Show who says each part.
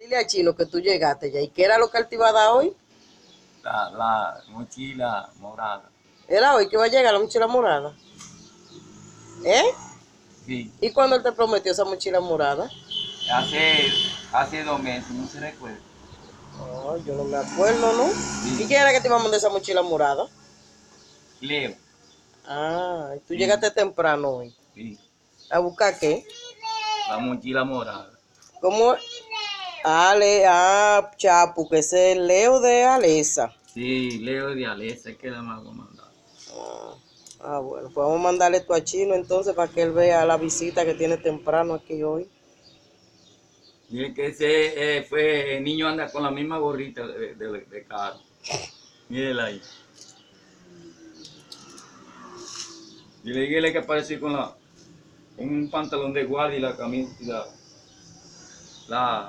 Speaker 1: dile a Chino que tú llegaste ya. ¿Y qué era lo que él te iba a dar hoy?
Speaker 2: La, la mochila morada.
Speaker 1: Era hoy que iba a llegar la mochila morada. ¿Eh?
Speaker 2: Sí,
Speaker 1: ¿Y cuándo él te prometió esa mochila morada?
Speaker 2: hace, hace dos meses, no se recuerda.
Speaker 1: No, Oh, yo no me acuerdo, ¿no?
Speaker 2: Sí.
Speaker 1: ¿Y quién era que te iba a mandar esa mochila morada?
Speaker 2: Leo.
Speaker 1: Ah, y tú
Speaker 2: Sí.
Speaker 1: llegaste temprano hoy.
Speaker 2: Sí,
Speaker 1: ¿A buscar qué?
Speaker 2: la mochila morada.
Speaker 1: ¿Cómo? Ale, ah, Chapu, que ese es el Leo de Alesa.
Speaker 2: Sí, Leo de Alesa, que la mago mandado.
Speaker 1: Ah, ah, bueno, pues vamos a mandarle esto a Chino entonces para que él vea la visita que tiene temprano aquí hoy.
Speaker 2: Mire que ese eh, fue, el niño anda con la misma gorrita de, de, de carro. Mírela ahí. Dile, dile que apareció con la, con un pantalón de guardia y la camisa, y la, la